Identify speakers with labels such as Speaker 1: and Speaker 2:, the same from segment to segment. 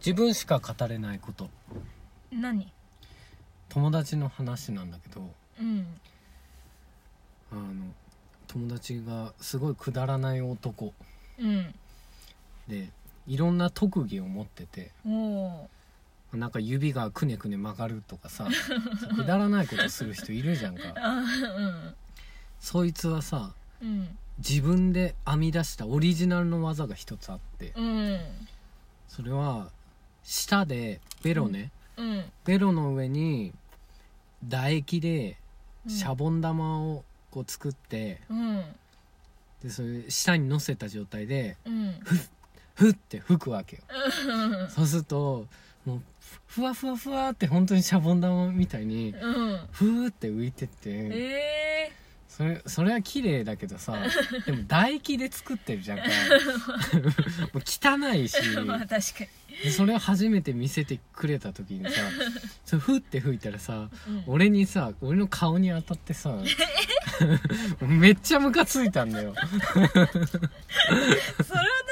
Speaker 1: 自分しか語れないこと
Speaker 2: 何
Speaker 1: 友達の話なんだけど
Speaker 2: うん
Speaker 1: あの友達がすごいくだらない男
Speaker 2: うん
Speaker 1: でいろんな特技を持ってて
Speaker 2: おー
Speaker 1: なんか指がくねくね曲がるとか さくだらないことする人いるじゃんか
Speaker 2: あー
Speaker 1: そいつはさ
Speaker 2: うん
Speaker 1: 自分で編み出したオリジナルの技が一つあって
Speaker 2: うんうん
Speaker 1: それは舌でベロね、
Speaker 2: うん
Speaker 1: ベロの上に唾液で
Speaker 2: うん
Speaker 1: シャボン玉をこう作って、
Speaker 2: うん
Speaker 1: でそれ舌に乗せた状態で
Speaker 2: うん
Speaker 1: ふって吹くわけよそうするともうふわふわふわって本当にシャボン玉みたいに
Speaker 2: うん
Speaker 1: ふーって浮いてって、
Speaker 2: え
Speaker 1: それそれは綺麗だけど さでも唾液で作ってるじゃんかもう汚 いし
Speaker 2: ー、まあ確か
Speaker 1: でそれを初めて見せてくれた時 にさそれふって吹いたらさ
Speaker 2: に、うん、
Speaker 1: 俺にさ俺の顔に当たってさ めっちゃムカついたん だよ
Speaker 2: それは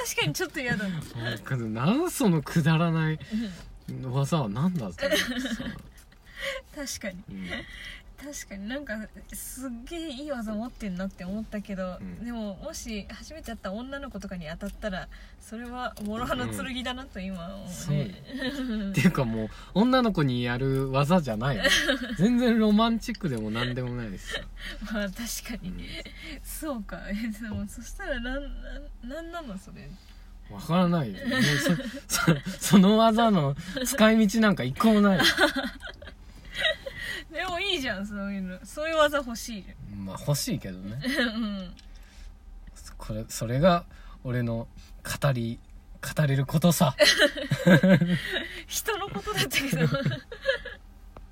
Speaker 2: 確かにちょっと嫌だな、
Speaker 1: なんかなんそのくだらない
Speaker 2: うん
Speaker 1: 技はなんだって思ってさ、
Speaker 2: 確かに
Speaker 1: うん
Speaker 2: 確かになんかすっげえいい技持ってんなって思ったけど、
Speaker 1: うん
Speaker 2: でももし初めて会った女の子とかに当たったらそれは諸刃の剣だなと今思うね、
Speaker 1: そうっていうかもう女の子にやる技じゃないの全然ロマンチックでも何でもないですさ、
Speaker 2: まあ確か
Speaker 1: う
Speaker 2: に、そうか えでもそしたらなんなんなんなのそれ
Speaker 1: ん、分からないよもうそ そその技の使い道なんか一個もないよ
Speaker 2: でもいいじゃんそういうのそういう技欲しい
Speaker 1: まあ欲しいけどね
Speaker 2: うん
Speaker 1: これそれが俺の語り語れることさ
Speaker 2: 人のことだったけど